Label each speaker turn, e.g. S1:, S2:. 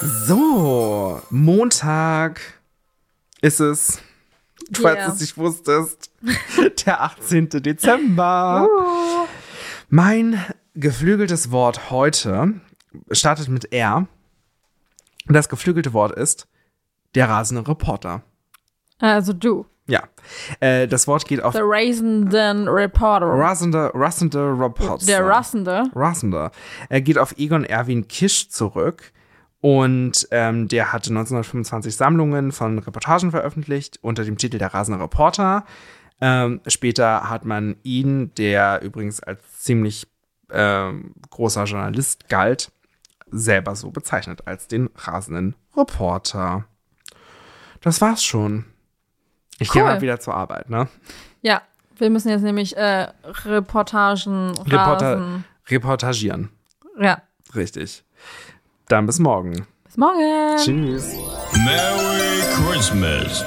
S1: So, Montag ist es. Du
S2: Yeah.
S1: falls es nicht wusstest. Der 18. Dezember. Mein geflügeltes Wort heute startet mit R. Und das geflügelte Wort ist der rasende Reporter.
S2: Also du.
S1: Ja. Äh, das Wort geht auf
S2: The Raisenden Reporter.
S1: rasende, rasende Reporter.
S2: Der Rassende.
S1: Rassender. Er geht auf Egon Erwin Kisch zurück und ähm, der hatte 1925 Sammlungen von Reportagen veröffentlicht unter dem Titel Der rasende Reporter. Ähm, später hat man ihn, der übrigens als ziemlich ähm, großer Journalist galt, selber so bezeichnet als den rasenden Reporter. Das war's schon. Ich gehe
S2: Cool.
S1: mal wieder zur Arbeit, ne?
S2: Ja, wir müssen jetzt nämlich äh, Reportagen
S1: Reporter,
S2: rasen.
S1: reportagieren.
S2: Ja.
S1: Richtig. Dann bis morgen.
S2: Bis morgen.
S1: Tschüss.
S3: Merry Christmas.